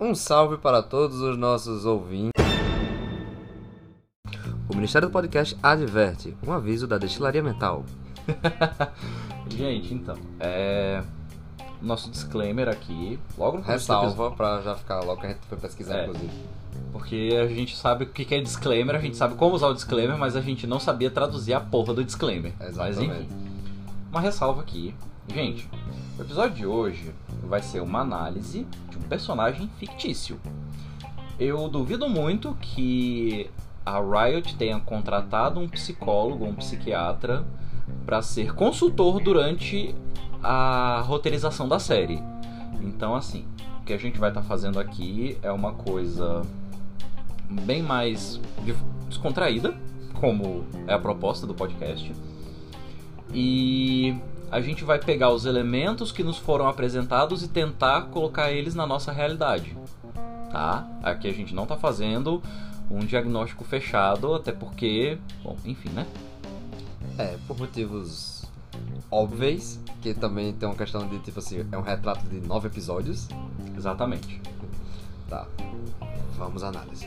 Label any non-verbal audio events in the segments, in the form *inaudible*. Um salve para todos os nossos ouvintes. O Ministério do Podcast adverte um aviso da destilaria mental. Gente, então, é. Nosso disclaimer aqui, logo no começo do Ressalva para Um já ficar logo que a gente foi pesquisar, É. inclusive. episódio, porque a gente sabe o que que é disclaimer, a gente sabe como usar o disclaimer, mas a gente não sabia traduzir a porra do disclaimer. Mas Exatamente. enfim, uma ressalva aqui. Gente, o episódio de hoje vai ser uma análise de um personagem fictício. Eu duvido muito que a Riot tenha contratado um psicólogo, um psiquiatra, para ser consultor durante a roteirização da série. Então, assim, o que a gente vai estar fazendo aqui é uma coisa bem mais de- descontraída, como é a proposta do podcast. E a gente vai pegar os elementos que nos foram apresentados e tentar colocar eles na nossa realidade. Tá? Aqui a gente não tá fazendo um diagnóstico fechado, até porque, bom, enfim, né? É, por motivos óbvios, que também tem uma questão de, tipo assim, é um retrato de nove episódios. Exatamente. Tá. Vamos à análise.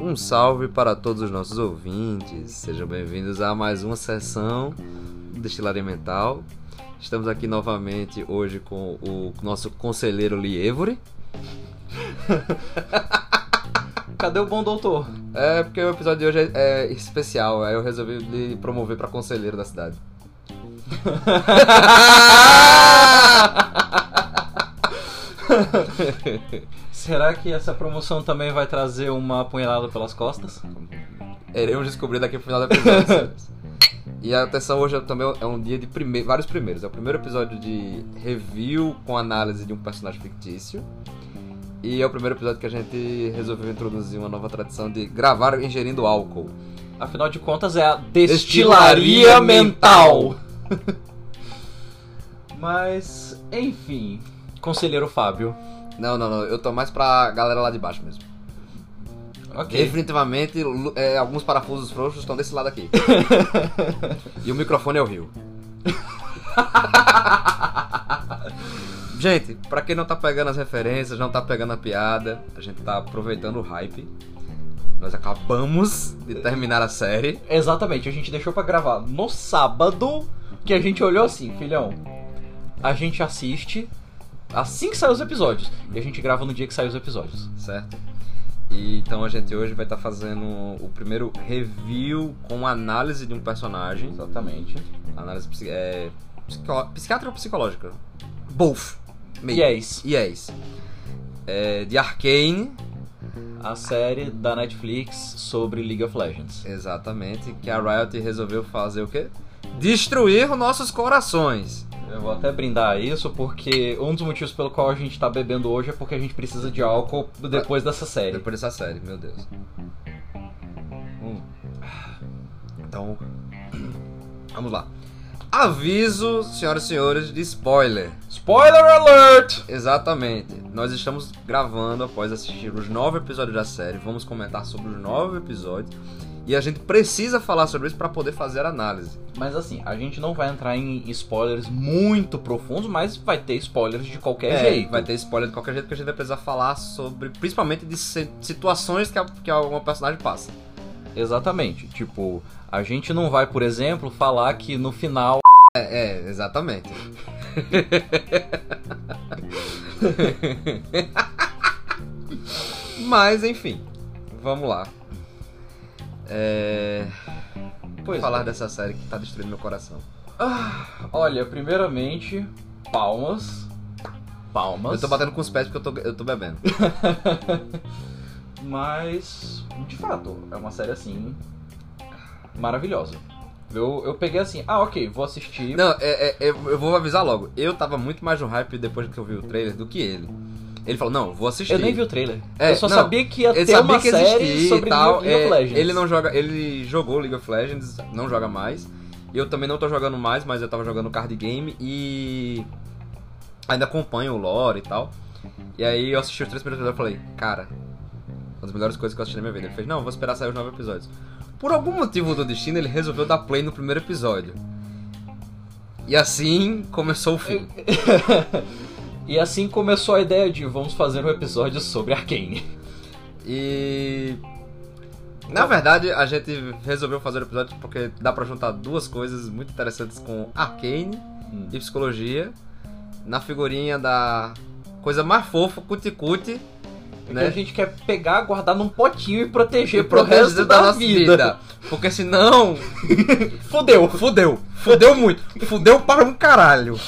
Um salve para todos os nossos ouvintes. Sejam bem-vindos a mais uma sessão do Destilaria Mental. Estamos aqui novamente hoje com o nosso conselheiro Lievore. Cadê o bom doutor? É porque o episódio de hoje é, é especial, aí eu resolvi lhe promover para conselheiro da cidade. Será que essa promoção também vai trazer uma apunhalada pelas costas? Iremos descobrir É, daqui pro final do episódio. senhores. e atenção, hoje é também é um dia de prime- vários primeiros. É o primeiro episódio de review com análise de um personagem fictício. E é o primeiro episódio que a gente resolveu introduzir uma nova tradição de gravar ingerindo álcool. Afinal de contas, é a destilaria mental. *laughs* Mas, enfim, conselheiro Fábio. Não, não, não. Eu tô mais pra galera lá de baixo mesmo. Ok. Definitivamente, lu- é, alguns parafusos frouxos estão desse lado *laughs* aqui. e o microfone é o rio. gente, pra quem não tá pegando as referências, não tá pegando a piada, a gente tá aproveitando o hype. Nós acabamos de terminar a série. Exatamente, a gente deixou pra gravar no sábado que a gente olhou assim, filhão. A gente assiste assim que saem os episódios. E a gente grava no dia que saem os episódios. certo? E então a gente hoje vai estar fazendo o primeiro review com análise de um personagem. Exatamente. Análise psi- é, psicó- psiquiátrica ou psicológica? Both. E é isso. Yes. É, de Arcane, A série da Netflix sobre League of Legends. exatamente, que a Riot resolveu fazer o quê? Destruir nossos corações. Eu vou até brindar isso porque um dos motivos pelo qual a gente tá bebendo hoje é porque a gente precisa de álcool depois dessa série. Depois dessa série, meu Deus. Hum. Então, *clears throat* vamos lá. Aviso, senhoras e senhores, de spoiler. Spoiler alert! Exatamente. Nós estamos gravando após assistir os nove episódios da série. Vamos comentar sobre os nove episódios. E a gente precisa falar sobre isso para poder fazer a análise. Mas assim, a gente não vai entrar em spoilers muito profundos, mas vai ter spoilers de qualquer jeito. É, vai ter spoiler de qualquer jeito que a gente vai precisar falar sobre, principalmente de si- situações que, a, que alguma personagem passa. Exatamente. Tipo, a gente não vai, por exemplo, falar que no final. É, é, exatamente. *laughs* Mas, enfim, vamos lá. É... Pois falar é. dessa série que tá destruindo meu coração. é. Ah, olha, primeiramente, palmas. Palmas. Eu tô batendo com os pés porque eu tô, eu tô bebendo. Mas, de fato, é uma série assim. maravilhosa. Eu, eu peguei assim, ah, ok, vou assistir. Não, é, é- é- eu vou avisar logo. Eu tava muito mais no hype depois que eu vi o trailer do que ele. Ele falou, não, vou assistir. eu nem vi o trailer. É, eu só não, sabia que ia Ele ter sabia uma que série existia sobre e tal. League of é, Legends. Ele não joga. Ele jogou League of Legends, não joga mais. Eu também não tô jogando mais, mas eu tava jogando card game e. Ainda acompanho o lore e tal. E aí eu assisti os três primeiros episódios e falei, cara, uma das melhores coisas que eu assisti na minha vida. Ele fez, não, vou esperar sair os nove episódios. Por algum motivo do destino, ele resolveu dar play no primeiro episódio. E assim começou o filme. E assim começou a ideia de vamos fazer um episódio sobre Arkane. E. Na verdade, a gente resolveu fazer o episódio porque dá pra juntar duas coisas muito interessantes com Arcane Hum. e psicologia na figurinha da coisa mais fofa, cuticute, Porque né? É a gente quer pegar, guardar num potinho e proteger pro proteger resto da, vida. Porque senão, *laughs* Fudeu. fudeu, fudeu muito, fudeu para um *laughs* caralho.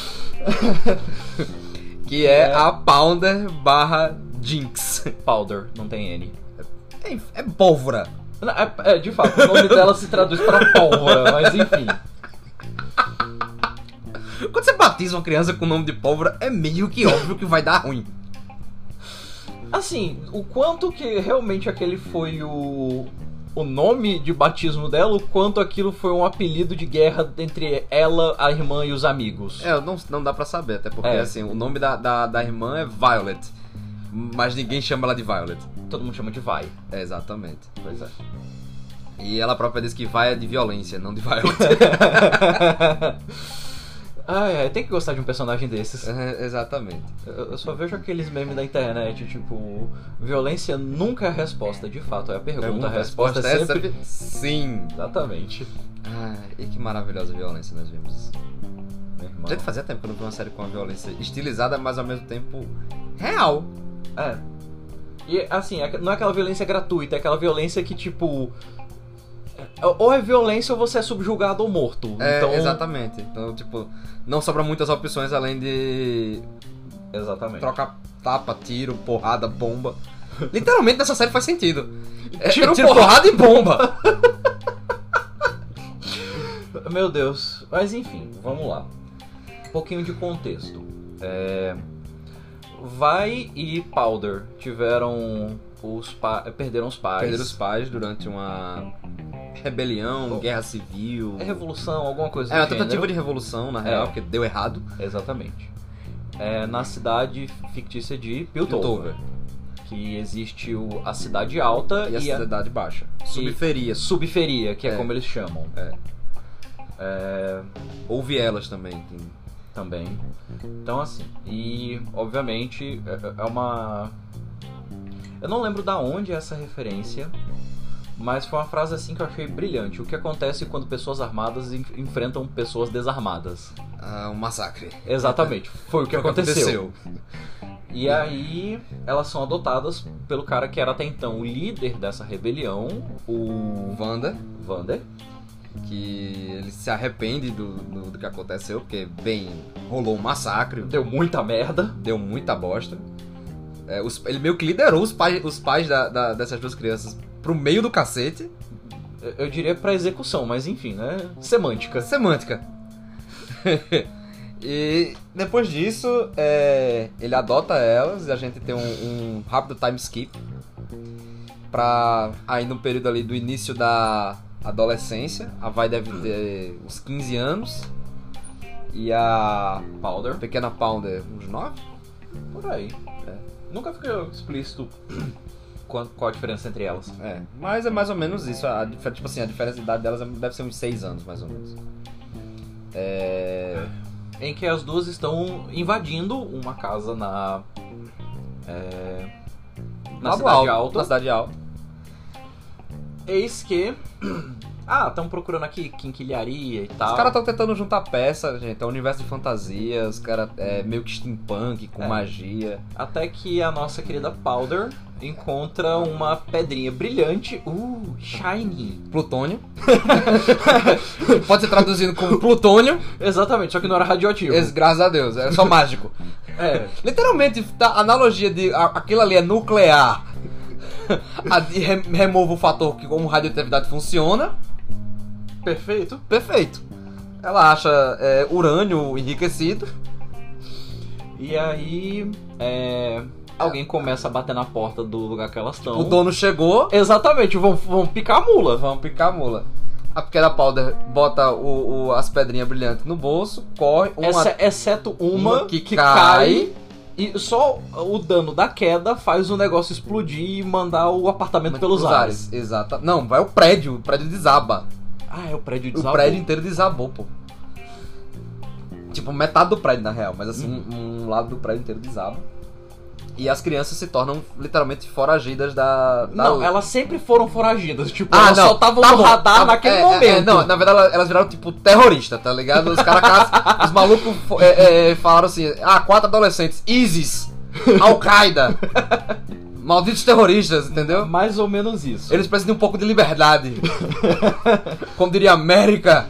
que é, É. a Pounder barra Jinx. Powder, não tem N. É, é pólvora. Não, é- é, de fato, o nome dela se traduz pra pólvora, mas enfim. Quando você batiza uma criança com o nome de pólvora, é meio que óbvio que vai dar ruim. Assim, o quanto que realmente aquele foi o, o nome de batismo dela, o quanto aquilo foi um apelido de guerra entre ela, a irmã e os amigos. *laughs* É, não, não dá pra saber, até porque É. assim, o nome da, da, da irmã é Violet. Mas ninguém chama ela de Violet. Todo mundo chama de vai. É, exatamente. Pois é. E ela própria diz que vai é de violência, não de Violet. *laughs* *laughs* Ai, ai, tem que gostar de um personagem desses. É, exatamente. Eu eu só vejo aqueles memes da internet, tipo, violência nunca é a resposta, de fato, é a pergunta. a resposta, é sempre. essa? Sim. Exatamente. Ai, e que maravilhosa violência nós vimos. Meu irmão. Gente, fazia tempo que eu não vi uma série com uma violência estilizada, mas ao mesmo tempo real. É. E assim, é- não é aquela violência gratuita, é aquela violência que, tipo. é- Ou é violência ou você é subjugado ou morto. É, então, exatamente. Então, tipo, não sobra muitas opções além de Exatamente. troca tapa, tiro, porrada, bomba. Literalmente nessa série faz sentido. É, *laughs* é Tiro, tiro, porrada e bomba. Meu Deus. Mas enfim, vamos lá. Um pouquinho de contexto. É, Vai e Powder tiveram os pa... perderam os pais. Perderam os pais durante uma rebelião, guerra civil. É revolução, alguma coisa É, uma do gênero. tentativa de revolução, na É. real, porque deu errado. Exatamente. É, na cidade fictícia de Piltover, Piltover. que existe o- a cidade alta E a sociedade baixa. Subferia. subferia, que é, É. como eles chamam Houve elas também. que- também. Então assim, e obviamente é- é uma Eu não lembro da onde é essa referência, mas foi uma frase assim que eu achei brilhante. O que acontece quando pessoas armadas en- enfrentam pessoas desarmadas? Ah, um massacre. Exatamente, É. foi o que Foi o aconteceu. E aí elas são adotadas pelo cara que era até então o líder dessa rebelião, O o Wanda, Vander. que ele se arrepende do, do, do que aconteceu, porque, bem, rolou um massacre, Deu muita merda. deu muita bosta. É, os- ele meio que liderou os pais, os pais da- da- dessas duas crianças pro meio do cacete. Eu- Eu diria pra execução, mas enfim, né? Semântica. Semântica. *laughs* e depois disso, é, ele adota elas e a gente tem um, um rápido time skip pra ainda um período ali do início da adolescência. A Vai deve ter uns 15 anos e a Powder. pequena Pounder uns 9. Por aí. é. Nunca fica explícito *clears throat* qual, qual a diferença entre elas. É, mas é mais ou menos isso. A, dif- tipo assim, a diferença de idade delas é- deve ser uns 6 anos, mais ou menos. É, Em que as duas estão invadindo uma casa na. é, lá na do cidade alto, alta. Na cidade alta. Eis que. *clears throat* Ah, estão procurando aqui quinquilharia e tal. Os caras estão tentando juntar peça, gente. É um universo de fantasia, os caras é meio que steampunk, com É. magia. Até que a nossa querida Powder encontra uma pedrinha brilhante. Uh, shiny. Plutônio. *laughs* Pode ser traduzido como Plutônio. Exatamente, só que não era radioativo. Esse, graças a Deus, é só mágico. é, Literalmente, tá, a analogia de a- aquilo ali é nuclear. A de re- remova o fator que como radioatividade funciona. perfeito. Perfeito. Ela acha é, urânio enriquecido. E aí, é, alguém começa a bater na porta do lugar que elas estão. O dono chegou. Exatamente, vão, vão picar a mula. Vamos picar a mula. A pequena Powder bota o, o- as pedrinhas brilhantes no bolso, corre, um uma Essa- é exceto uma, uma que, que cai. cai. E só o dano da queda faz o negócio explodir e mandar o apartamento pelos ares. Exato. Não, vai o prédio, o prédio desaba. Ah, é o prédio O desabou. prédio inteiro desabou, pô. Tipo, metade do prédio, na real, mas assim, Hum. um, um lado do prédio inteiro desaba. E as crianças se tornam literalmente foragidas da. da Não, elas sempre foram foragidas. Tipo, tá Ah, elas não, só estavam tá no bom, radar tá bom. naquele É, é, momento. é, não, na verdade ela- elas viraram tipo terrorista, tá ligado? Os caras, cas- os malucos fo- é, é, falaram assim: ah, quatro adolescentes, ISIS, *laughs* Al-Qaeda, malditos terroristas, entendeu? Mais ou menos isso. Eles precisam de um pouco de liberdade. Como diria América.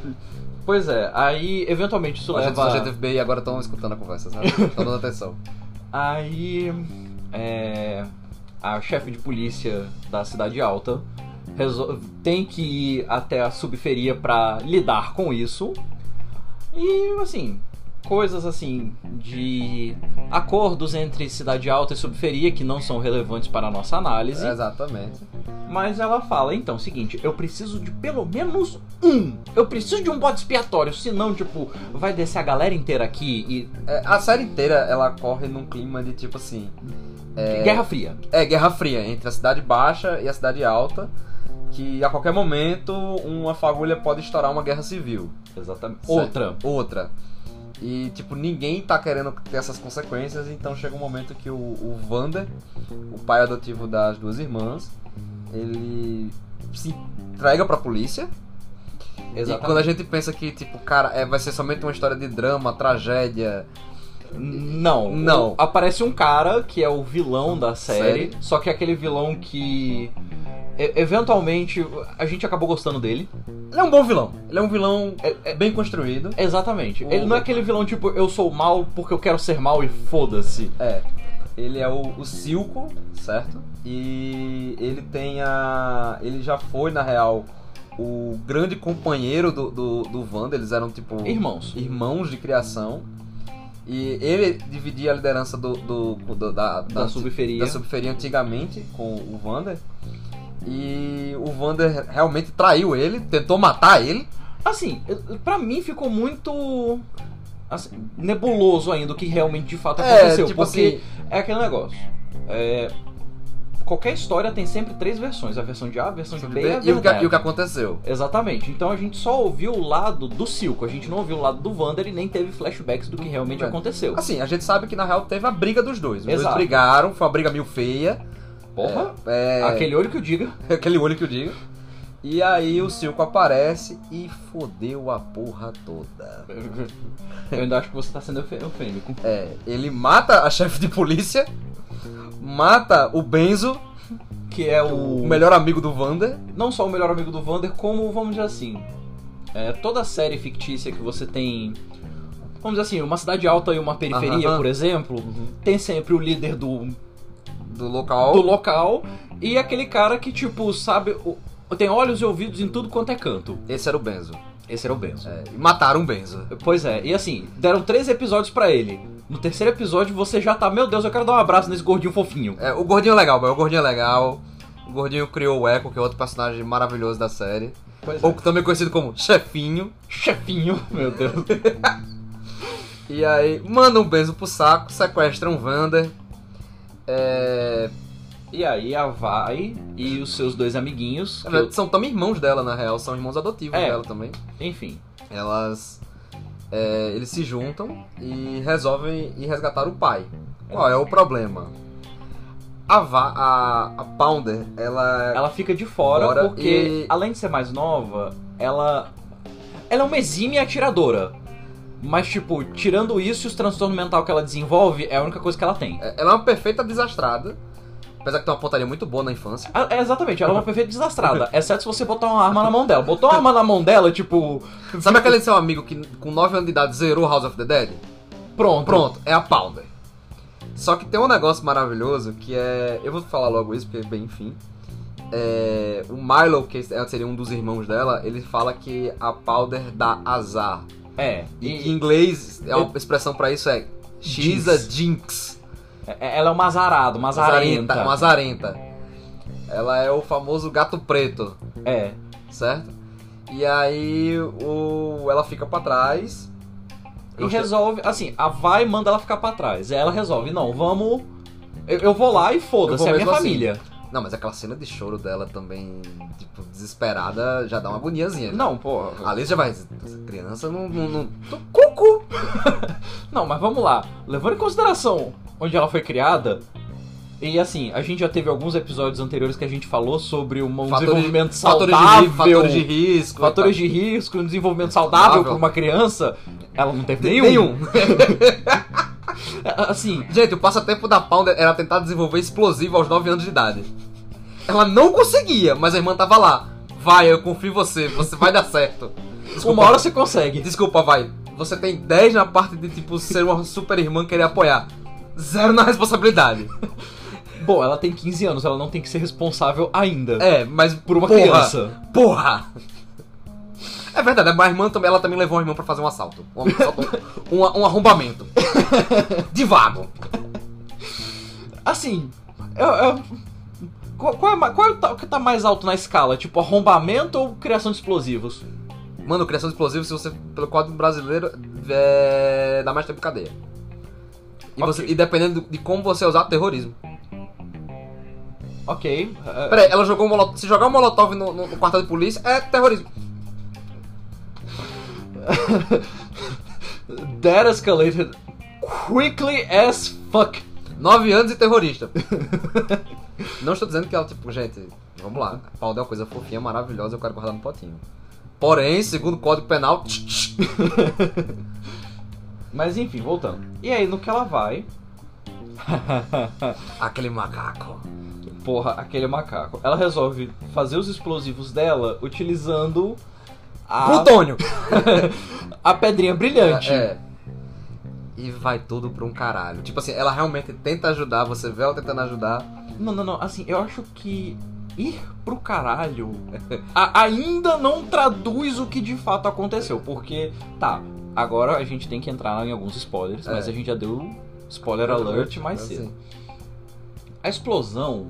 Pois é, aí eventualmente isso A é gente leva. do jeito FBI agora estão escutando a conversa, *laughs* sabe? Estão dando atenção. Aí é, a chefe de polícia da cidade alta resol- tem que ir até a subferia pra lidar com isso. E assim, coisas assim de acordos entre cidade alta e subferia que não são relevantes para a nossa análise. É. Exatamente. Mas ela fala, então, seguinte, eu preciso de pelo menos um. Eu preciso de um bode expiatório, senão, tipo, vai descer a galera inteira aqui e. É, a série inteira ela corre num clima de tipo assim. Guerra Fria. É, Guerra Fria, entre a cidade baixa e a cidade alta. Que a qualquer momento uma fagulha pode estourar uma guerra civil. Exatamente. Certo. Outra. Outra. E, tipo, ninguém tá querendo ter essas consequências, então chega um momento que o, o Vander, o pai adotivo das duas irmãs, ele se entrega pra polícia. E quando a gente pensa que, tipo, cara, é, vai ser somente uma história de drama, tragédia. Não. Não. O- Aparece um cara que é o vilão da série, Série. só que é aquele vilão que. e- Eventualmente, a gente acabou gostando dele. Ele é um bom vilão. Ele é um vilão bem construído. Exatamente. O- Ele não é aquele vilão tipo, eu sou mal porque eu quero ser mal e foda-se. É. Ele é o, o Silco, certo? E ele tem a. Ele já foi, na real, o grande companheiro do, do, do Wanda. Eles eram, tipo, Irmãos. irmãos de criação. E ele dividia a liderança do, do, do- da, Da subferia. da subferia antigamente com o Wander. E o Wander realmente traiu ele, tentou matar ele. Assim, eu- pra mim ficou muito. assim, nebuloso ainda o que realmente de fato aconteceu. tipo porque assim, é aquele negócio. É, Qualquer história tem sempre três versões: a versão de A, a versão de B e a e, o que, verdade. e o que aconteceu? Exatamente. Então a gente só ouviu o lado do Silco, a gente não ouviu o lado do Wander e nem teve flashbacks do que realmente É. aconteceu. Assim, a gente sabe que na real teve a briga dos dois. Os dois Exato. brigaram, foi uma briga meio feia. Porra! É, Aquele olho que eu diga. *laughs* aquele olho que eu digo. E aí o Silco aparece e fodeu a porra toda. Eu ainda acho que você tá sendo eufê- eufêmico. É, ele mata a chefe de polícia, mata o Benzo, Que é o. o melhor amigo do Wander. Não só o melhor amigo do Wander, como, vamos dizer assim. é, toda série fictícia que você tem. Vamos dizer assim, uma cidade alta e uma periferia, Aham. Uhum. por exemplo, tem sempre o líder do Do local. do local e aquele cara que, tipo, sabe. o- Tem olhos e ouvidos em tudo quanto é canto. Esse era o Benzo. Esse era o Benzo. É, e mataram o Benzo. Pois é, e assim, deram três episódios pra ele. No terceiro episódio você já tá, meu Deus, eu quero dar um abraço nesse gordinho fofinho. É, o gordinho é legal, mas o gordinho é legal. O gordinho criou o Echo, que é outro personagem maravilhoso da série. É, Pois Ou também conhecido como Chefinho. Chefinho, *laughs* meu Deus. E aí, manda um Benzo pro saco, sequestra um Wander. É, E aí a Vai e os seus dois amiguinhos, que na verdade, São também irmãos dela, na real. São irmãos adotivos É. dela também. eu- enfim, Elas... é, eles se juntam e resolvem ir resgatar o pai. Qual é o problema? A, Va- a, a Pounder, ela... ela fica de fora Fora porque, e- além de ser mais nova, ela. Ela é uma exímia atiradora. Mas, tipo, tirando isso e os transtornos mental que ela desenvolve, é a única coisa que ela tem. ela é uma perfeita desastrada. Apesar que tem uma pontaria muito boa na infância. *laughs* Ah, É, exatamente, ela é uma perfeita *laughs* desastrada. Exceto se você botar uma arma na mão dela. Botou uma arma na mão dela, tipo. Sabe aquele seu amigo que com 9 anos de idade zerou House of the Dead? Pronto. Pronto, é a Pounder. Só que tem um negócio maravilhoso que é. Eu vou falar logo isso, porque, bem, enfim. É, o Milo, que é- seria um dos irmãos dela, ele fala que a Powder dá azar. É. E, E, que em inglês, é uma expressão pra isso é. She's a jinx. é- ela é uma azarada, uma azarenta. Uma azarenta. Ela é o famoso gato preto. É. certo? E aí o ela fica pra trás. E resolve, assim, a vai manda ela ficar pra trás. Aí ela resolve, não, vamos. Eu, eu vou lá e Eu foda-se, vou é a minha mesmo assim. família. Não, mas aquela cena de choro dela também, tipo, desesperada, já dá uma agoniazinha. né? Não, pô. Ali já vai. Essa criança não. não, não... Cucu! *laughs* Não, mas vamos lá. Levando em consideração onde ela foi criada. E assim, a gente já teve alguns episódios anteriores que a gente falou sobre um desenvolvimento fatores saudável. de, ri- fatores de risco. tá. fatores de risco, um desenvolvimento saudável Saudável. para uma criança. Ela não teve nenhum. tá? Nenhum. Assim, *laughs* Gente, o passatempo da Pounder era tentar desenvolver explosivo aos 9 anos de idade. Ela não conseguia, mas a irmã tava lá. Vai, eu confio em você, você vai dar *laughs* certo. uma hora você consegue. Desculpa, vai. Você tem 10 na parte de, tipo, ser uma super irmã e querer apoiar. Zero na responsabilidade. Bom, ela tem 15 anos, ela não tem que ser responsável ainda. É, mas Por uma porra, criança. Porra! É verdade, mas a irmã também, ela também levou a irmã pra fazer um assalto. Um, assalto, *laughs* um, um arrombamento. De vago. Assim, eu- eu- qual, qual é, ma- qual é o ta- o que tá mais alto na escala? Tipo, arrombamento ou criação de explosivos? Mano, criação de explosivos, se você, pelo código brasileiro, é, dá mais tempo de cadeia. E, Ok. você- e dependendo de como você usar, terrorismo. Ok. é- Peraí, ela jogou um molotov. Se jogar um molotov no, no, no quartel de polícia, é terrorismo. That escalated quickly as fuck. Nove anos e terrorista. Não estou dizendo que ela, tipo, gente, vamos lá. Pau é uma coisa fofinha, maravilhosa, eu quero guardar no potinho. Porém, segundo o Código Penal, Mas enfim, voltando. E aí, no que ela vai? aquele macaco. Porra, aquele macaco. Ela resolve fazer os explosivos dela utilizando a, Plutônio! a pedrinha brilhante. É. E vai tudo pra um caralho. Tipo assim, ela realmente tenta ajudar, você vê ela tentando ajudar. Não, não, não. Assim, eu acho que ir pro caralho *laughs* a- ainda não traduz o que de fato aconteceu. Porque, tá, agora a gente tem que entrar em alguns spoilers, mas É. a gente já deu spoiler alert mais Assim. cedo. A explosão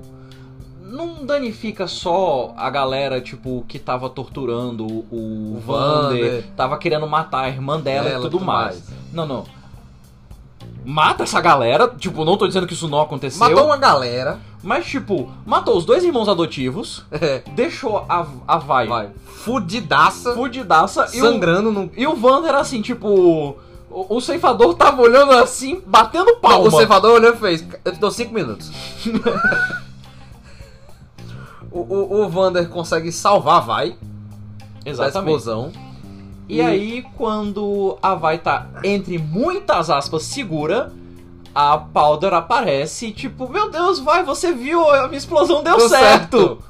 não danifica só a galera, tipo, que tava torturando o, O Vander, Vander. tava querendo matar a irmã dela Ela e tudo mais. Não, não. Mata essa galera, tipo, não tô dizendo que isso não aconteceu. Matou uma galera. Mas, tipo, matou os dois irmãos adotivos, É. deixou a, a vai, Vai. Fudidaça. fudidaça e o, Sangrando num. e o Vander, assim, tipo, o, o ceifador *laughs* tava olhando assim, batendo palma. O cevador olhou e fez. Eu te dou 5 *laughs* minutos. o, o, o Vander consegue salvar, vai. Da Exatamente. explosão. E aí, quando a vai tá, entre muitas aspas, segura, a Powder aparece e, tipo, meu Deus, vai, você viu, a minha explosão deu, certo.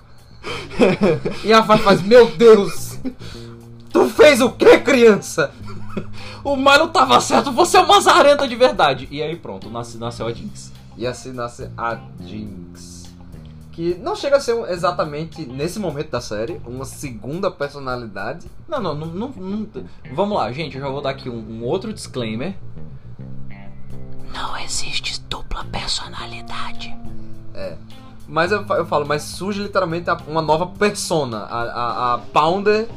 certo. e a Vai faz, meu *laughs* Deus! Tu fez o que, criança? O Milo tava certo, você é uma zarenta de verdade. E aí, pronto, nasce, nasceu a Jinx. E assim nasce a Jinx. Que não chega a ser um- exatamente, nesse momento da série, uma segunda personalidade. Não, não, não, não, não- Vamos lá, gente, eu já vou dar aqui um, um outro disclaimer. Não existe dupla personalidade. Mas eu, fa- eu falo, mas surge literalmente a- uma nova persona. A, a, a Pounder,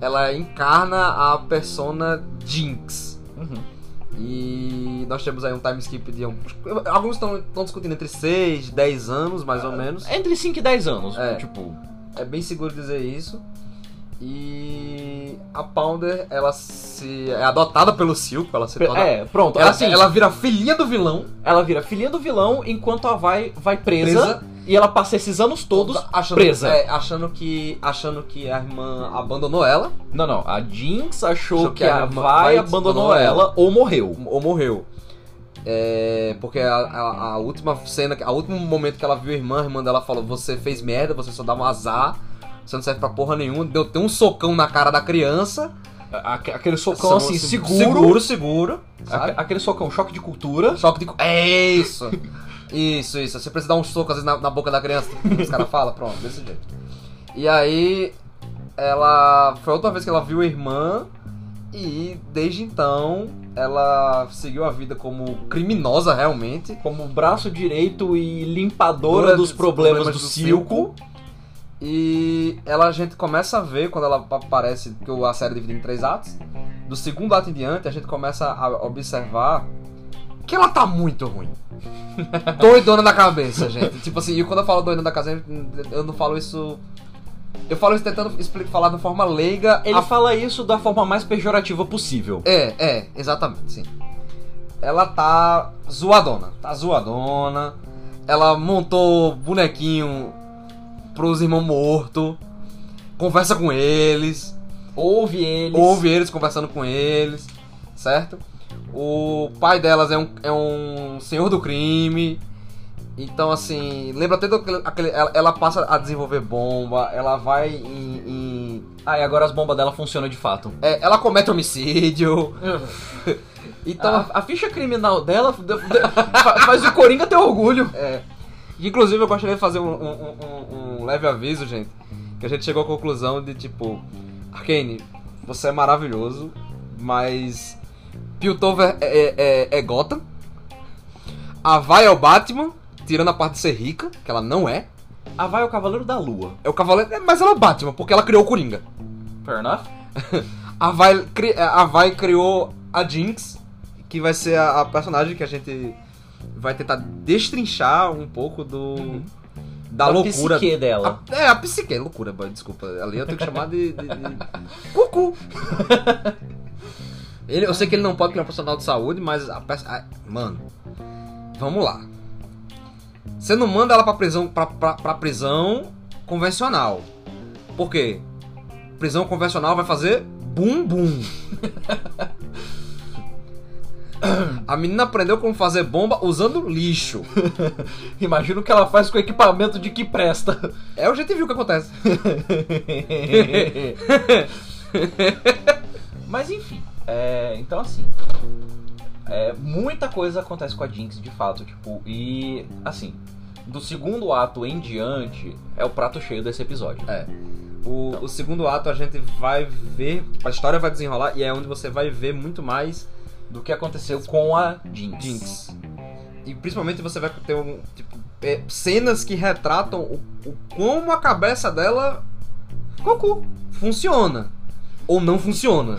ela encarna a persona Jinx. Uhum. E nós temos aí um time skip de um, alguns estão discutindo entre 6, 10 anos, mais ou menos. Entre 5 e 10 anos, É. tipo. É bem seguro dizer isso. E a Pounder, ela se é adotada pelo Silco, ela se torna É, pronto, "Ah, ela, assim, ela vira filhinha do vilão, Ela vira filha do vilão enquanto a vai vai presa, presa, e ela passa esses anos todos. achando, presa. é, achando que achando que a irmã abandonou ela Não, não, a Jinx achou Achou que, que a a ma- vai vai abandonou abandonou ela, ou morreu. ou morreu. É, porque a, a- a última cena, a último momento que ela viu a irmã, a irmã dela falou: "Você fez merda, você só dá um azar, você não serve pra porra nenhuma". Deu tem um socão na cara da criança, A- a- Aquele socão São- assim, seguro. seguro, seguro, A- sabe? Aquele socão, choque de cultura. Choque de. cu- É isso! Isso, isso. Você precisa dar um soco às vezes na, na boca da criança, os caras falam, pronto, desse jeito. E aí, ela. Foi a última vez que ela viu a irmã, e desde então, ela seguiu a vida como criminosa realmente. Como braço direito e limpadora Dora dos dos problemas, problemas do, do circo. E ela, a gente começa a ver quando ela aparece, que a série é dividida em três atos. Do segundo ato em diante, a gente começa a observar que ela tá muito ruim. Doidona da cabeça, gente. Tipo assim, e quando eu falo doidona da cabeça, eu não falo isso Eu falo isso tentando expli- falar de forma leiga. Ele a- fala isso da forma mais pejorativa possível. É, é, exatamente, sim. Ela tá zoadona, tá zoadona. Ela montou bonequinho pros irmãos mortos. Conversa com eles. Ouve eles. ouve eles conversando com eles, certo? O pai delas é um, é um senhor do crime. Então, assim, lembra até do, aquele, ela, ela passa a desenvolver bomba, ela vai em. em- Ah, e agora as bombas dela funcionam de fato. é, ela comete homicídio. Então, *laughs* Então a, a ficha criminal dela de- de- fa- faz o Coringa ter orgulho. Inclusive, eu gostaria de fazer um, um- um- um leve aviso, gente. Que a gente chegou à conclusão de tipo: Arkane, você é maravilhoso, mas. Piltover é, é, é Gotham. A Vai é o Batman, tirando a parte de ser rica, que ela não é. A vai é o Cavaleiro da Lua. É o Cavaleiro. é, Mas ela é o Batman, porque ela criou o Coringa. Fair enough. A Vai, cri- é, a Vai criou a Jinx, que vai ser a, a personagem que a gente vai tentar destrinchar um pouco do. Da, loucura psique dela. A- é, a psique, é loucura, boy, desculpa. Ali eu tenho que chamar de. de, de... Cucu! Ele, eu sei que ele não pode porque ele é um profissional de saúde, mas a peça. a- mano, vamos lá. Você não manda ela pra prisão, pra, pra, pra prisão convencional. Por quê? Prisão convencional vai fazer bum bum. A menina aprendeu como fazer bomba usando lixo. Imagina o que ela faz com o equipamento de que presta. É, a gente viu o que acontece. *laughs* Mas enfim, é, então assim. é, muita coisa acontece com a Jinx de fato, tipo, e assim, do segundo ato em diante é o prato cheio desse episódio. né? É. O, o segundo ato a gente vai ver, a história vai desenrolar e é onde você vai ver muito mais Do que aconteceu com a Jinx. Jinx. E principalmente você vai ter um, tipo, é, cenas que retratam o, o- como a cabeça dela Goku, funciona ou não funciona.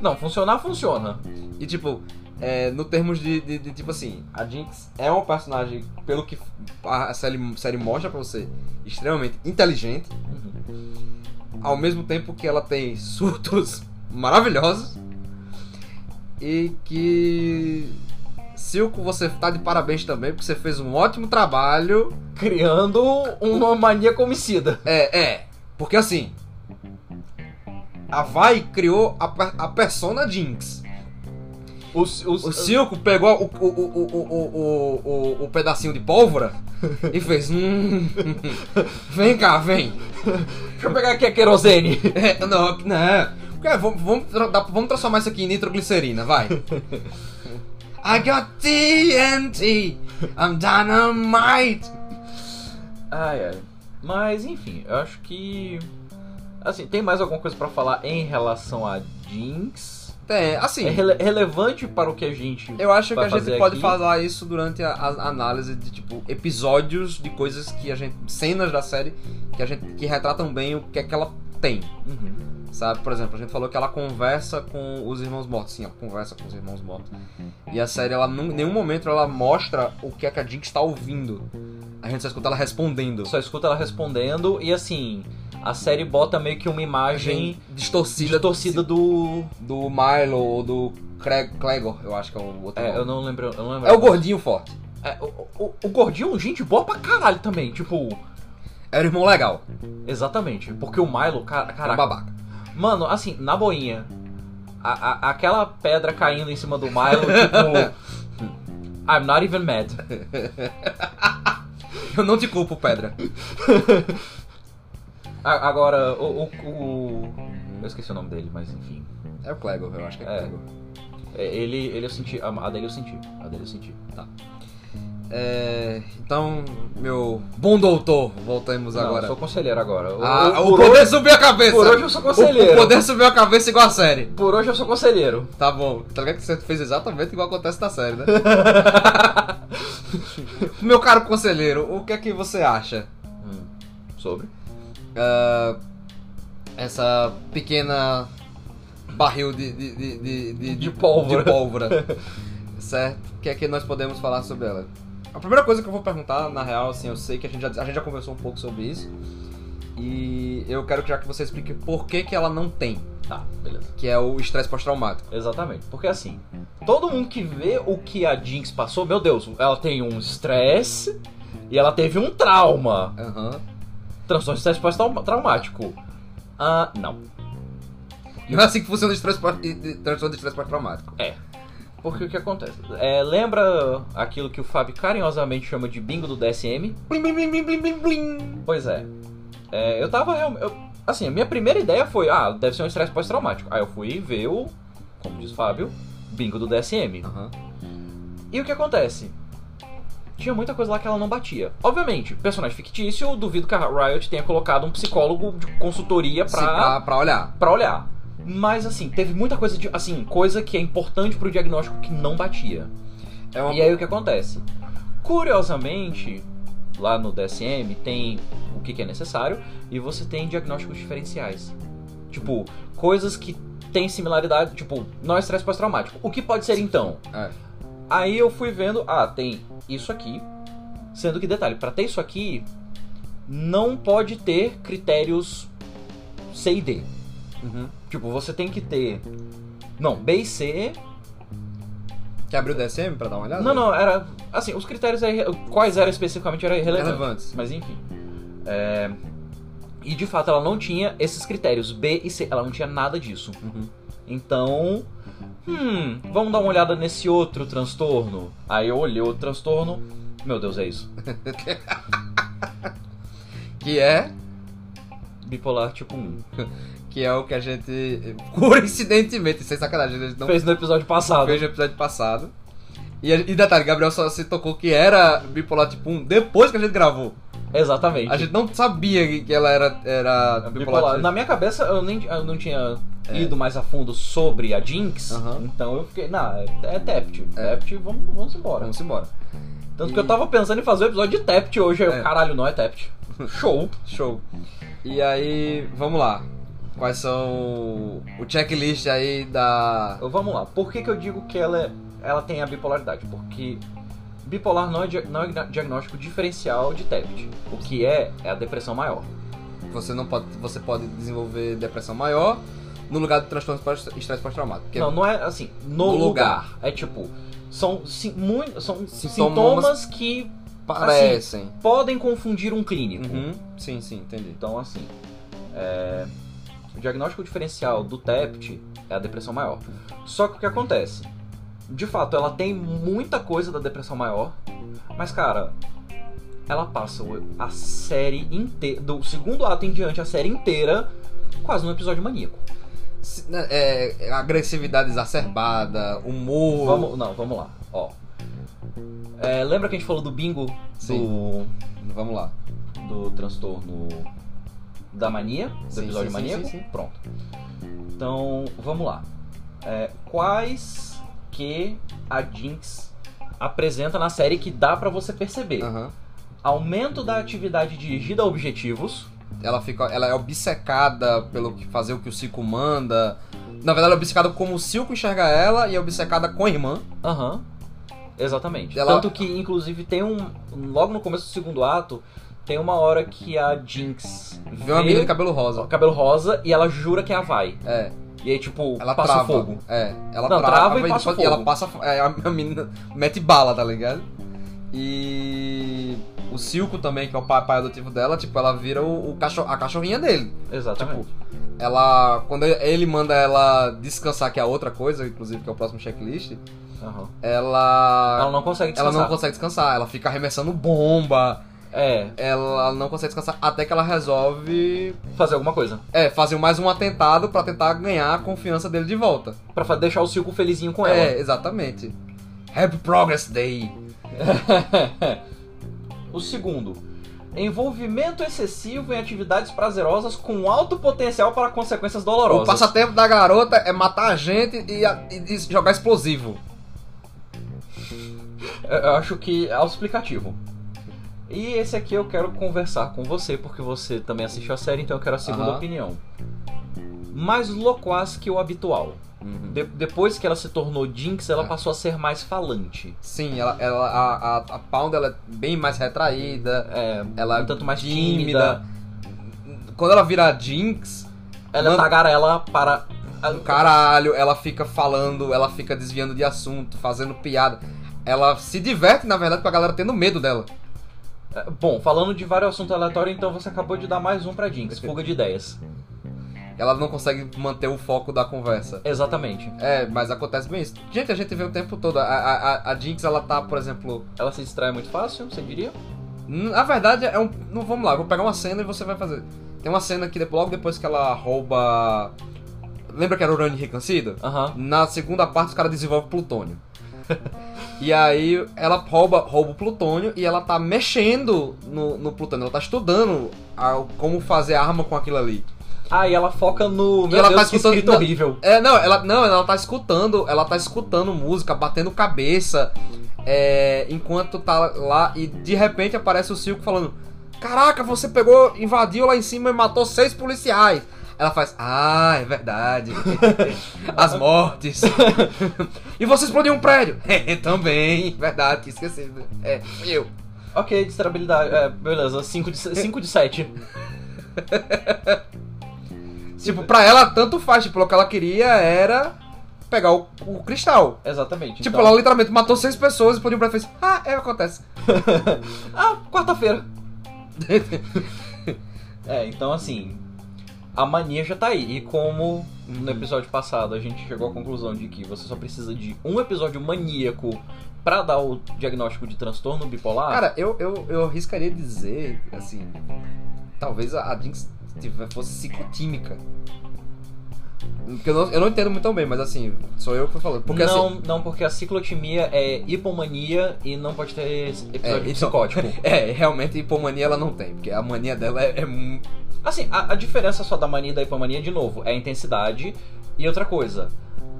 Não, funcionar funciona. E tipo, é, no termos de, de- de, tipo assim, a Jinx é uma personagem, pelo que a série, série mostra pra você, extremamente inteligente, ao mesmo tempo que ela tem surtos *laughs* maravilhosos e que Silco você tá de parabéns também porque você fez um ótimo trabalho. Criando uma mania homicida. É, é, porque assim a Vai criou a, pe- a persona Jinx. Os, os, O Silco pegou o, o, o, o, o, o, o- o pedacinho de pólvora e fez. Hum, *laughs* vem cá, vem. Deixa eu pegar aqui a *laughs* querosene. É, não, não. Cara, vamos, vamos, tra- dá- vamos transformar isso aqui em nitroglicerina, vai. I got TNT, I'm dynamite. Ai, ai. Mas, enfim, eu acho que. Assim, tem mais alguma coisa pra falar em relação a Jinx? É, É assim, rele- relevante para o que a gente. eu acho que Vai a gente fazer pode aqui? falar isso durante a, a análise de, tipo, episódios de coisas que a gente... Cenas da série que a gente... Que retratam bem o que é que ela tem, Uhum. sabe? Por exemplo, a gente falou que ela conversa com os irmãos mortos. Sim, ela conversa com os irmãos mortos. Uhum. E a série, ela não- em nenhum momento ela mostra o que é que a Jinx tá ouvindo. A gente só escuta ela respondendo. Só escuta ela respondendo e, assim, a série bota meio que uma imagem distorcida, de torcida do. do Milo ou do Craig, Clegor, eu acho que é o outro. É, nome. eu não lembro. Eu não lembro É o gordinho forte. É, o, o, o gordinho é um gente boa pra caralho também. Tipo, Era É o irmão legal, exatamente. Porque o Milo, cara, era um caraca. babaca. Mano, assim, na boinha, a- a- aquela pedra caindo em cima do Milo, tipo. I'm not even mad. Eu não te culpo, Pedra. A- agora, o, o- o- Eu esqueci o nome dele, mas enfim. É o Clegor, eu acho que é, É. Clegor. É, Ele, ele eu senti. A, a dele eu senti. A dele eu senti. É, então, meu bom doutor, voltamos Não, agora. eu sou conselheiro agora. O- Ah, o- o por, poder hoje, subiu a cabeça. por hoje eu sou o, o conselheiro. poder subiu a cabeça igual a série. Por hoje eu sou conselheiro. Tá bom. Tá ligado que você fez exatamente igual acontece na série, *laughs* né? meu caro conselheiro, o que é que você acha? Hum. Sobre. essa pequena barril de, de, de, de, de- De pólvora. de pólvora. certo? O que é que nós podemos falar sobre ela? A primeira coisa que eu vou perguntar, na real, assim, eu sei que a gente já, a gente já conversou um pouco sobre isso, E eu quero que já que você explique por que, que ela não tem, Tá, beleza. que é o estresse pós-traumático. Exatamente. Porque assim, todo mundo que vê o que a Jinx passou, meu Deus, ela tem um estresse e ela teve um trauma. Aham. Transtorno de estresse pós-traumático. Ah, não. Não é assim que funciona o estresse pós- e- e- transtorno de estresse pós-traumático. Porque o que acontece? É, lembra aquilo que o Fábio carinhosamente chama de bingo do DSM? Blim, blim, blim, blim, blim, blim, blim. Pois é. É, eu tava realmente. eu- Assim, a minha primeira ideia foi: ah, deve ser um estresse pós-traumático. Aí eu fui ver o, como diz o Fábio, bingo do DSM. Aham. E o que acontece? Tinha muita coisa lá que ela não batia. Obviamente, personagem fictício, eu duvido que a Riot tenha colocado um psicólogo de consultoria Sim, pra, pra, pra olhar. pra olhar. Mas assim, teve muita coisa de. Assim, coisa que é importante pro diagnóstico que não batia. É uma... E aí o que acontece? Curiosamente, lá no DSM tem o que, que é necessário e você tem diagnósticos diferenciais. Tipo, coisas que têm similaridade, tipo, não é estresse pós-traumático. O que pode ser então? É. Aí eu fui vendo, ah, tem isso aqui. Sendo que, detalhe, pra ter isso aqui, não pode ter critérios C e D. Uhum. Tipo, você tem que ter. Não, B e C Quer abrir o DSM pra dar uma olhada? Não, não, era. Assim, os critérios aí. Quais eram especificamente era irrelevante. Relevantes. Mas enfim. É, E de fato ela não tinha esses critérios B e C. Ela não tinha nada disso. Uhum. Então. Hum, vamos dar uma olhada nesse outro transtorno. Aí eu olhei o transtorno. Meu Deus, é isso. Que é Bipolar tipo 1. que é o que a gente, coincidentemente, sem sacanagem, a gente não Fez no episódio passado. fez no episódio passado. E, a- e detalhe, Gabriel só se tocou que era bipolar tipo 1 depois que a gente gravou. Exatamente. A gente não sabia que- que ela era, era bipolar. tipo, Bipolar. Na minha cabeça eu, nem, eu não tinha ido mais a fundo sobre a Jinx. É. Aham. Então eu fiquei, não, é, é Tept. É. Tept, vamos, vamos embora. Vamos embora. Tanto E- que eu tava pensando em fazer o episódio de Tept hoje, aí eu, É. caralho, não é Tept. *laughs* Show. Show. E aí, vamos lá. Quais são o checklist aí da. Então, Vamos lá. Por que, que eu digo que ela, é- ela tem a bipolaridade? Porque bipolar não é, dia- não é gna- diagnóstico diferencial de Tept. O que é, é a depressão maior. Você não pode. Você pode desenvolver depressão maior no lugar do transtorno pós- estresse pós-traumático. que é- Não, não é assim, no, No lugar. É tipo, são, sim, muito, são Sintomas- sintomas que parecem. podem confundir um clínico. Uhum. Sim, sim, entendi. Então, assim, é, o diagnóstico diferencial do TEPT é a depressão maior. Só que o que acontece? De fato, ela tem muita coisa da depressão maior, mas, cara, ela passa o- a série inteira, do segundo ato em diante, a série inteira, quase num episódio maníaco. Se- né, é, é, agressividade exacerbada, humor. Vamos, não, vamos lá, ó. É, lembra que a gente falou do bingo Sim. do, Vamos lá. do transtorno da mania, do Sim, episódio sim, sim, maníaco. sim, sim. Pronto. Então, vamos lá. É, quais que a Jinx apresenta na série que dá pra você perceber? Aham. Aumento da atividade dirigida a objetivos. Ela, fica, ela é obcecada pelo que fazer o que o Cico manda. Na verdade, ela é obcecada como o Silco enxerga ela e é obcecada com a irmã. Aham. Exatamente. Ela- Tanto que, inclusive, tem um. Logo no começo do segundo ato, tem uma hora que a Jinx Vê uma menina de cabelo rosa. cabelo rosa e ela jura que é a vai. É, E aí, tipo, ela passa trava. o fogo. É, ela Não, trava e passa só que fogo. ela passa. é, a, a menina mete bala, tá ligado? E. O Silco também, que é o papai adotivo dela, tipo, ela vira o, o cachorro, a cachorrinha dele. Exatamente. ela quando ele manda ela descansar que é outra coisa inclusive que é o próximo checklist Aham. ela Ela não consegue ela descansar. não consegue descansar ela fica arremessando bomba É, ela não consegue descansar até que ela resolve fazer alguma coisa. é fazer mais um atentado pra tentar ganhar a confiança dele de volta Pra fa- deixar o Silco felizinho com ela. é exatamente Happy Progress Day É. *laughs* o segundo. Envolvimento excessivo em atividades prazerosas com alto potencial para consequências dolorosas. o passatempo da garota é matar a gente e, a- e- e jogar explosivo Eu- Eu acho que é explicativo. E esse aqui eu quero conversar com você, porque você também assistiu a série, então eu quero a segunda Aham. opinião. Mais loquaz que o habitual. De- depois que ela se tornou Jinx, ela Ah. passou a ser mais falante. sim ela, ela a, a, a Pound ela é bem mais retraída É, ela é um tanto mais tímida. tímida. quando ela vira a Jinx, Ela é Manda- tagarela para. caralho, ela fica falando, ela fica desviando de assunto, fazendo piada. Ela se diverte, na verdade, com a galera tendo medo dela. É, Bom, falando de vários assuntos aleatórios, então você acabou de dar mais um pra Jinx, fuga de ideias. Ela não consegue manter o foco da conversa. Exatamente. É, mas acontece bem isso. Gente, a gente vê o tempo todo. A, a, a- a Jinx, ela tá, por exemplo. Ela se distrai muito fácil, você diria? Na verdade, é um. Não, vamos lá, eu vou pegar uma cena e você vai fazer. Tem uma cena que depois- logo depois que ela rouba. Lembra que era o Urânio enriquecido? Aham. Na segunda parte, os caras desenvolvem plutônio. e aí ela rouba, rouba o plutônio e ela tá mexendo no, no plutônio. Ela tá estudando a- como fazer arma com aquilo ali. Ah, e ela foca no. Meu ela Deus, tá que escutando- escrita não. horrível. É, não, ela não, ela tá escutando, ela tá escutando música, batendo cabeça, é, enquanto tá lá e de repente aparece o Silco falando: "Caraca, você pegou, invadiu lá em cima e matou seis policiais". Ela faz: "Ah, é verdade. As mortes. *laughs* e você explodiu um prédio. *laughs* também, verdade, esqueci. É, fui eu. Ok, distrabilidade. É, beleza, 5 de 7. Tipo, pra ela tanto faz, tipo, o que ela queria era pegar o- o cristal. *laughs* Exatamente. Tipo, então. ela literalmente matou seis pessoas e explodiu um prédio e fez. Ah, é, acontece. Ah, quarta-feira. *laughs* É, então assim. A mania já tá aí. E como no episódio passado a gente chegou à conclusão de que você só precisa de um episódio maníaco pra dar o diagnóstico de transtorno bipolar. Cara, eu, eu, eu arriscaria dizer, assim. Talvez a a Jinx tive- fosse psicotímica. Porque eu não, eu não entendo muito tão bem, mas assim, sou eu que tô falando. Porque não, assim. não, porque a ciclotimia é hipomania e não pode ter episódio É, então- *laughs* psicótico. É, realmente hipomania ela não tem, porque a mania dela é, é mu- Assim, a, a diferença só da mania e da hipomania, de novo, é a intensidade e outra coisa.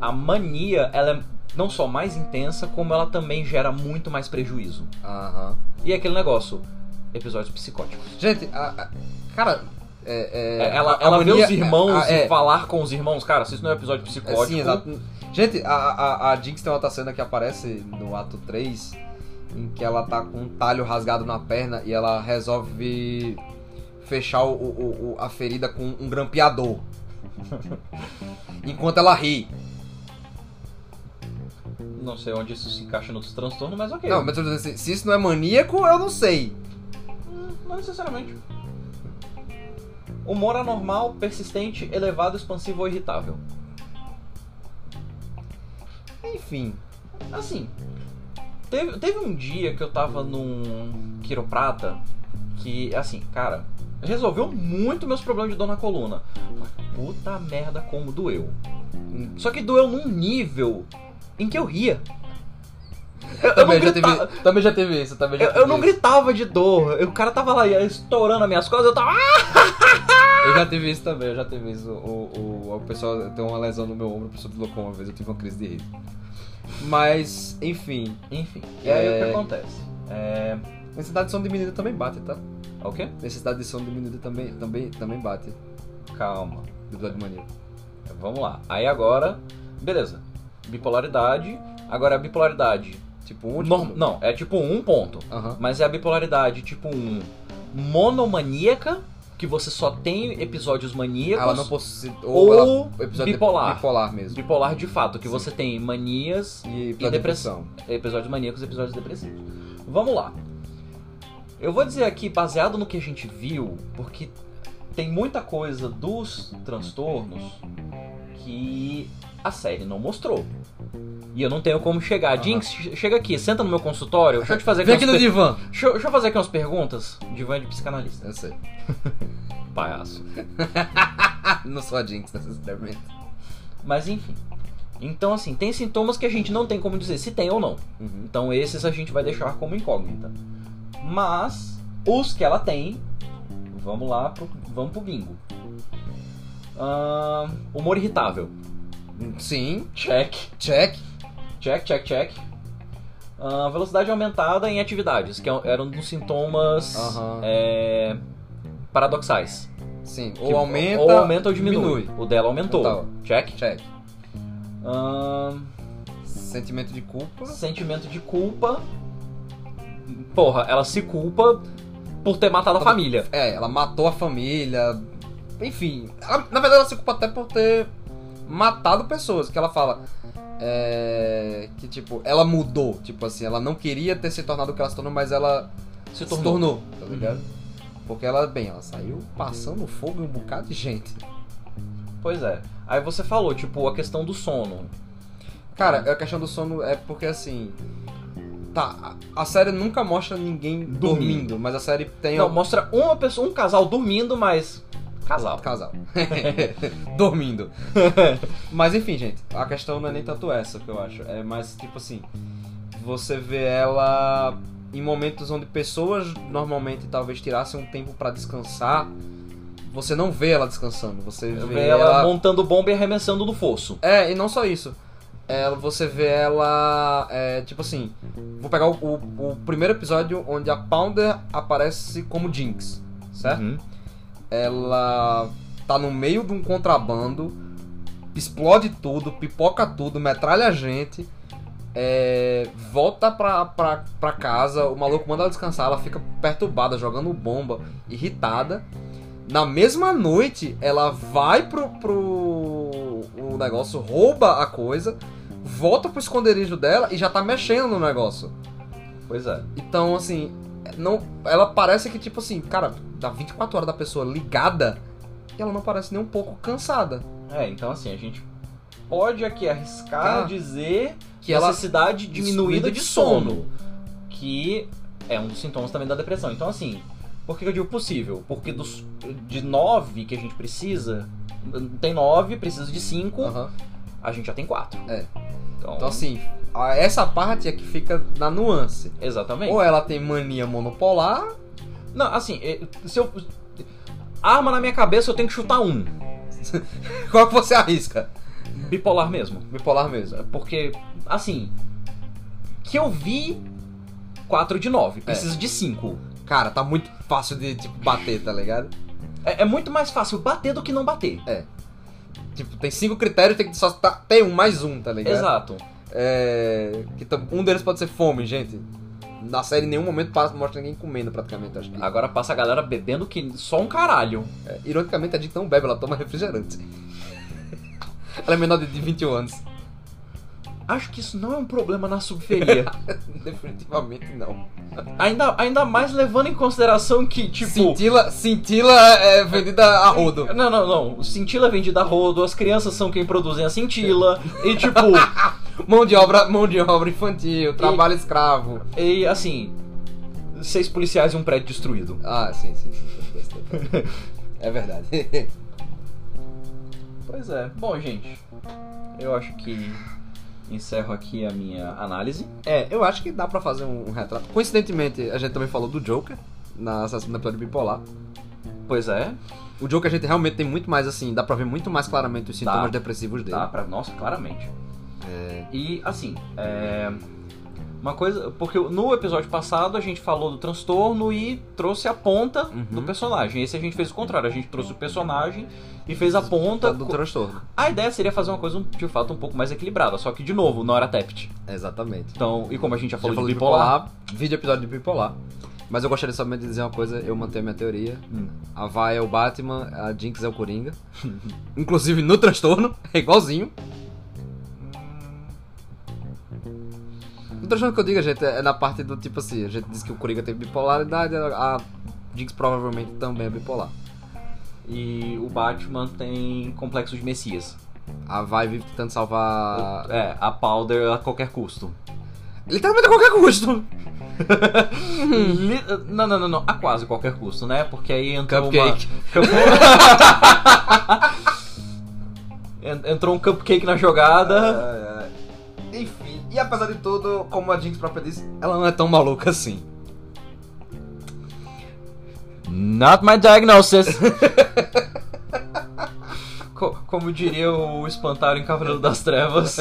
A mania, ela é não só mais intensa, como ela também gera muito mais prejuízo. Aham. E é aquele negócio, episódios psicóticos. Gente, a, a- cara. É, é, É, ela a- a ela vê mania- os irmãos a- é, e falar com os irmãos. Cara, se isso não é um episódio É, psicótico... sim, exato. Gente, a, a, a Jinx tem uma outra cena que aparece no ato 3, em que ela tá com um talho rasgado na perna e ela resolve fechar o, o- o- a ferida com um *laughs* grampeador. Enquanto ela ri. Não sei onde isso se encaixa nos transtornos, mas ok. Não, mas eu tô dizendo assim, se isso não é maníaco, eu não sei. Hum, Não necessariamente. Humor anormal, persistente, elevado, expansivo ou irritável. Enfim. Assim, teve, teve um dia que eu tava num quiroprata que, assim, cara, resolveu muito meus problemas de dor na coluna. Mas puta merda, como doeu. Só que doeu num nível em que eu ria. Eu, eu Também não já, grita- teve, também já teve isso, também já eu, teve eu não isso. gritava de dor. O cara tava lá estourando as minhas costas, eu tava. "Ah!" Eu já tive isso também, eu já tive isso. O, o, o pessoal tem uma lesão no meu ombro, o pessoal deslocou uma vez, eu tive uma crise de riso. Mas, enfim. Enfim, e aí o É. que acontece? É. Necessidade de som diminuída também bate, tá? é O quê? Necessidade de som diminuída também, também, também bate. Calma, Do episódio mania. vamos lá. Aí agora, beleza. Bipolaridade. Agora a bipolaridade. Tipo, um tipo... Norm- Não, é tipo um ponto. Aham. Mas é a bipolaridade tipo um monomaníaca, que você só tem episódios maníacos. Ela não possui... Ou, Ou ela... episódio de- bipolar. Bipolar mesmo. Bipolar de fato, que Sim. você tem manias, E, E depressão. depressão. episódios maníacos, episódios depressivos. Vamos lá. Eu vou dizer aqui, baseado no que a gente viu, porque tem muita coisa dos transtornos que a série não mostrou. E eu não tenho como chegar. Aham. Jinx, che- chega aqui, senta no meu consultório, deixa eu te fazer Vem aqui aqui umas no per- divã. Deixa eu, deixa eu fazer aqui umas perguntas. Divã de psicanalista. Eu sei. Palhaço. Ah, não sou a Jinx *laughs* necessariamente. Mas enfim. Então, assim, tem sintomas que a gente não tem como dizer se tem ou não. Uhum. Então, esses a gente vai deixar como incógnita. Mas, os que ela tem, vamos lá, pro, vamos pro bingo. Ahn, humor irritável. Uhum. Sim. Check, Check. check, check, check. Ahn, velocidade aumentada em atividades, que é eram um dos sintomas Aham. é, paradoxais. Sim. Que Ou aumenta... ou, aumenta ou diminui. O dela aumentou. Total. Check. Check. Ahn, Sentimento de culpa. sentimento de culpa. Porra, ela se culpa por ter matado a família. É, ela matou a família, Enfim, ela- na verdade ela se culpa até por ter matado pessoas, que ela fala. é, que tipo, ela mudou, tipo assim, ela não queria ter se tornado o que ela se tornou, mas ela Se se tornou. Uhum. tornou, tá ligado? Porque ela, bem, ela saiu passando fogo em um bocado de gente. Pois é. Aí você falou, tipo, a questão do sono. Cara, Uhum. a questão do sono é porque assim. Tá, a a série nunca mostra ninguém Dormindo. dormindo, mas a série tem Não, um mostra uma pessoa, um casal dormindo, mas. Casal. *laughs* casal. dormindo. mas enfim, gente, a questão não é nem tanto essa que eu acho. É mais tipo assim. Você vê ela em momentos onde pessoas normalmente talvez tirassem um tempo pra descansar. Você não vê ela descansando, você vê, Vê ela, montando bomba e arremessando do fosso. É, e não só isso. Ela, você vê ela. é, tipo assim. Vou pegar o, o- o primeiro episódio onde a Pounder aparece como Jinx, certo? Uhum. Ela tá no meio de um contrabando, explode tudo, pipoca tudo, metralha a gente. é, volta pra, pra, pra casa, o maluco manda ela descansar, ela fica perturbada, jogando bomba, irritada. Na mesma noite, ela vai pro, pro o negócio, rouba a coisa, volta pro esconderijo dela e já tá mexendo no negócio. Pois é. Então, assim, não, ela parece que, tipo assim, cara, dá 24 horas da pessoa ligada e ela não parece nem um pouco cansada. É, então assim, a gente pode aqui arriscar Ah. dizer Que ela. necessidade diminuída diminuída de de sono, que é um dos sintomas também da depressão. Então assim, por que que eu digo possível? Porque dos, de nove que a gente precisa, tem nove, precisa de cinco, Aham. a gente já tem quatro. É. Então, Então, assim, a- essa parte é que fica na nuance. exatamente. Ou é- ela tem mania monopolar, *laughs* Não, assim, eh, se eu arma na minha cabeça, eu tenho que chutar um, qual que você arrisca? bipolar mesmo. Bipolar mesmo. Porque, assim. Que eu vi 4 de 9, É. preciso de 5. Cara, tá muito fácil de, tipo, bater, tá ligado? É, é muito mais fácil bater do que não bater. Tipo, tem cinco critérios, tem que só tá, tem um mais um, tá ligado? Exato. É, que tam- um deles pode ser fome, gente. Na série, em nenhum momento passa- mostra ninguém comendo, praticamente, acho que. Agora passa a galera bebendo que só um caralho. É, Ironicamente, a Dick não bebe, ela toma refrigerante. ela é menor de 21 anos. Acho que isso não é um problema na subferia. Definitivamente não. ainda, ainda mais levando em consideração que, tipo. Cintila, cintila é vendida a rodo. Não, não, não. O Cintila é vendido a rodo, as crianças são quem produzem a cintila. e, tipo. Mão de obra, mão de obra infantil, trabalho escravo. E, assim. Seis policiais e um prédio destruído. Ah, sim, sim, sim. É verdade. *laughs* Pois é. Bom, gente, eu acho que encerro aqui a minha análise. É, eu acho que dá pra fazer um, um retrato. Coincidentemente, a gente também falou do Joker na assassina episódio bipolar. Pois é, O Joker a gente realmente tem muito mais assim, dá pra ver muito mais claramente os sintomas depressivos dele. dá Tá? pra. Nossa, claramente. E, assim, é. Uma coisa. Porque no episódio passado a gente falou do transtorno e trouxe a ponta Uhum. do personagem. Esse a gente fez o contrário, a gente trouxe o personagem e fez a ponta. Tá Do transtorno. A ideia seria fazer uma coisa de fato um pouco mais equilibrada, só que de novo, não era Tept. Exatamente. Então, e como a gente já Já falou, falou de bipolar. vídeo episódio de bipolar. Mas eu gostaria somente de dizer uma coisa, eu mantenho a minha teoria. Hum. A Vai é o Batman, a Jinx é o *laughs* Coringa. Inclusive no transtorno, é igualzinho. No transtorno que eu digo, gente, é na parte do tipo assim, a gente disse que o Coringa tem bipolaridade, a Jinx provavelmente também é bipolar. E o Batman tem complexo de Messias. A Vai vive tentando salvar. É, a Powder a qualquer custo. Literalmente a qualquer custo! Uhum. Li- Não, não, não, não. A quase qualquer custo, né? Porque aí entrou Cupcake. uma... Cupcake. En- *laughs* entrou um cupcake na jogada. Enfim, e apesar de tudo, como a Jinx própria disse, ela não é tão maluca assim. Not my *laughs* diagnosis. Co- como diria o espantalho em Cavaleiro das Trevas.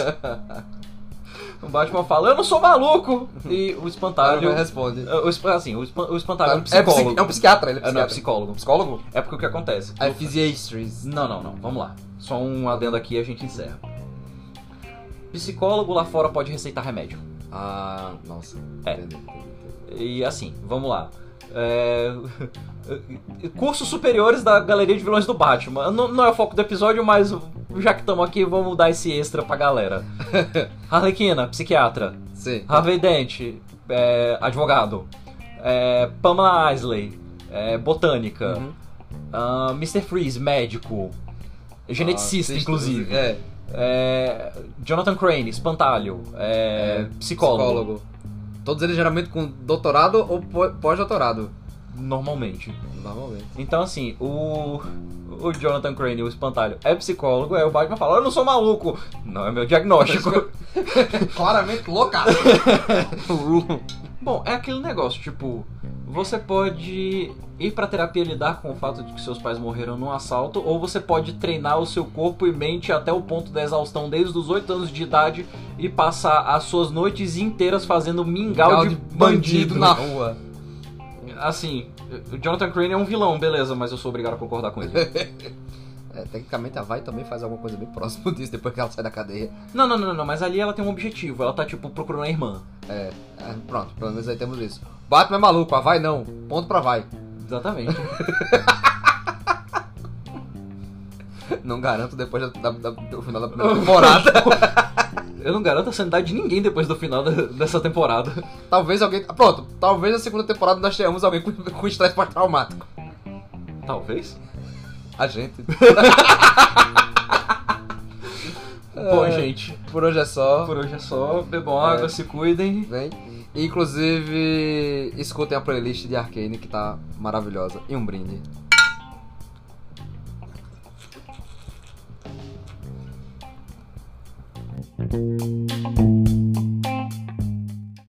O Batman fala, eu não sou maluco! E o espantalho... Ela responde. O, esp- assim, o, espan- o espantalho é um É, psicólogo. psicólogo. é um psiquiatra, ele é Ah, não, é psiquiatra. psicólogo. psicólogo? É porque o que acontece? É physiatrist. Não, não, não. Vamos lá. Só um adendo aqui e a gente encerra. Psicólogo lá fora pode receitar remédio. Ah, nossa. É. Entendi, entendi, entendi. E assim, vamos lá. É, *laughs* Cursos superiores da Galeria de Vilões do Batman. Não, não é o foco do episódio, mas já que estamos aqui, vamos dar esse extra pra *laughs* galera. Harlequina, psiquiatra. Sim. Harvey Dent, é, advogado. É, Pamela Isley, é, botânica. Uhum. Ah, Mr. Freeze, médico. Geneticista, Ah, inclusive. É, É, Jonathan Crane, espantalho. É, psicólogo. psicólogo. Todos eles geralmente com doutorado ou pó- pós-doutorado. Normalmente. *laughs* Normalmente. Então, assim, o, o Jonathan Crane, o espantalho, é psicólogo. Aí o Batman fala: Eu não sou maluco. Não é meu diagnóstico. Claramente *laughs* louca. *laughs* Bom, é aquele negócio, tipo, você pode ir pra terapia e lidar com o fato de que seus pais morreram num assalto, ou você pode treinar o seu corpo e mente até o ponto da exaustão desde os 8 anos de idade e passar as suas noites inteiras fazendo mingau, de, bandido na rua. Assim, o Jonathan Crane é um vilão, beleza, mas eu sou obrigado a concordar com ele. É, tecnicamente a Vai também faz alguma coisa bem próxima *laughs* disso depois que ela sai da cadeia. não, não, não, não, não, mas ali ela tem um objetivo, ela tá, tipo, procurando a irmã. Ah, pronto, pelo menos aí temos isso. Batman é maluco, a Vai não. Ponto pra Vai. *laughs* *laughs* Exatamente. Não garanto depois da- da- da- do final da primeira temporada. Eu não garanto a sanidade de ninguém depois do final da- dessa temporada. talvez alguém. ah, Pronto, talvez na segunda temporada nós tenhamos alguém com, com estresse pós-traumático. Talvez. A gente. Bom, É. gente, Por hoje é só. Por hoje é só. Bebam água, É. se cuidem. *laughs* Vem. Inclusive, escutem a playlist de Arcane que tá maravilhosa. E um brinde.